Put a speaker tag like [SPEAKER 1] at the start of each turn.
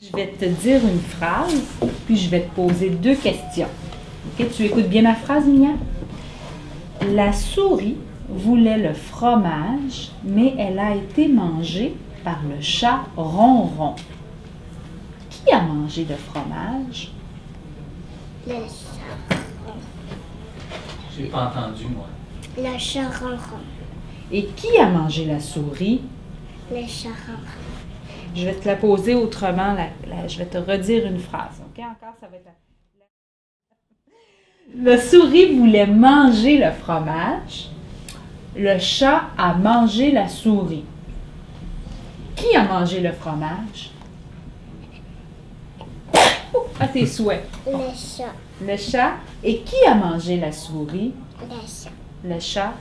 [SPEAKER 1] Je vais te dire une phrase, puis je vais te poser deux questions. Ok, tu écoutes bien ma phrase, Mia? La souris voulait le fromage, mais elle a été mangée par le chat ronron. Qui a mangé le fromage?
[SPEAKER 2] Le chat,
[SPEAKER 3] J'ai pas entendu, moi.
[SPEAKER 2] le chat ronron,
[SPEAKER 1] Et qui a mangé la souris?
[SPEAKER 2] le chat ronron.
[SPEAKER 1] Je vais te la poser autrement. la- la- je vais te redire une phrase. OK? Encore, ça va être la- la- Le souris voulait manger le fromage. Le chat a mangé la souris. Qui a mangé le fromage? Oh, à tes souhaits.
[SPEAKER 2] Le chat,
[SPEAKER 1] Le chat. Et qui a mangé la souris?
[SPEAKER 2] le chat,
[SPEAKER 1] Le chat.